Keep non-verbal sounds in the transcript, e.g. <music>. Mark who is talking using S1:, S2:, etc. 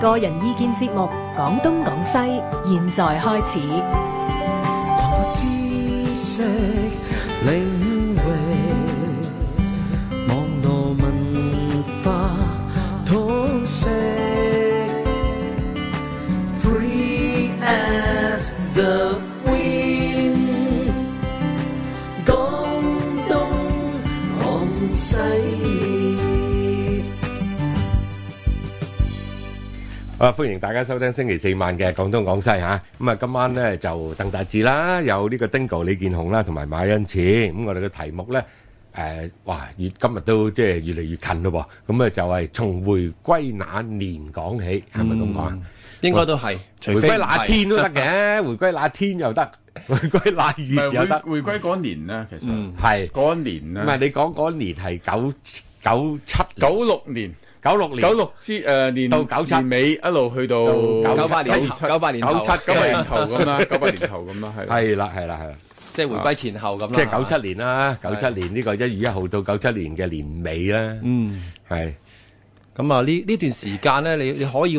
S1: 個人意見節目《廣東廣西》，現在開始。
S2: 擴闊知識領域，網絡文化通識，free as the wind。廣東廣西。
S3: 啊！歡迎大家收聽星期四晚嘅廣東廣西嚇，咁啊今晚咧就鄧達智啦，有呢個 Dingo 李健雄啦，同埋馬恩賜。咁我哋嘅題目咧誒、哇！越今日都即係越嚟越近咯喎，咁啊就係從回歸那年講起，係咪咁講啊？
S4: 應該都係，除
S3: 回
S4: 非
S3: 歸
S4: 唔
S3: 那
S4: 係
S3: 天都得嘅， <laughs> 回歸那天又得， <laughs> 回歸那
S5: 唔係
S3: 月又得，
S5: 回回歸嗰一年啦，其實
S3: 係
S5: 嗰一
S3: 唔
S5: 年啦，
S3: 係你講嗰年係九九七九
S5: 九六年，
S3: 九六年
S5: 九六之誒年
S3: 到97
S5: 年尾一路去到
S3: 到
S4: 九八年
S5: 九七
S4: 後九八年後
S3: 九七
S5: 九八年頭
S3: <laughs>
S5: 咁啦，九八年頭咁啦，係啦。
S3: 係啦係啦係啦。
S4: 即係回歸前後咁啦。
S3: 即係
S4: 係嘛
S3: 九七年啦，九七年呢個一月一號到九七年嘅年尾啦，
S4: 嗯，
S3: 係
S4: 咁啊呢呢段時間咧，你你可以話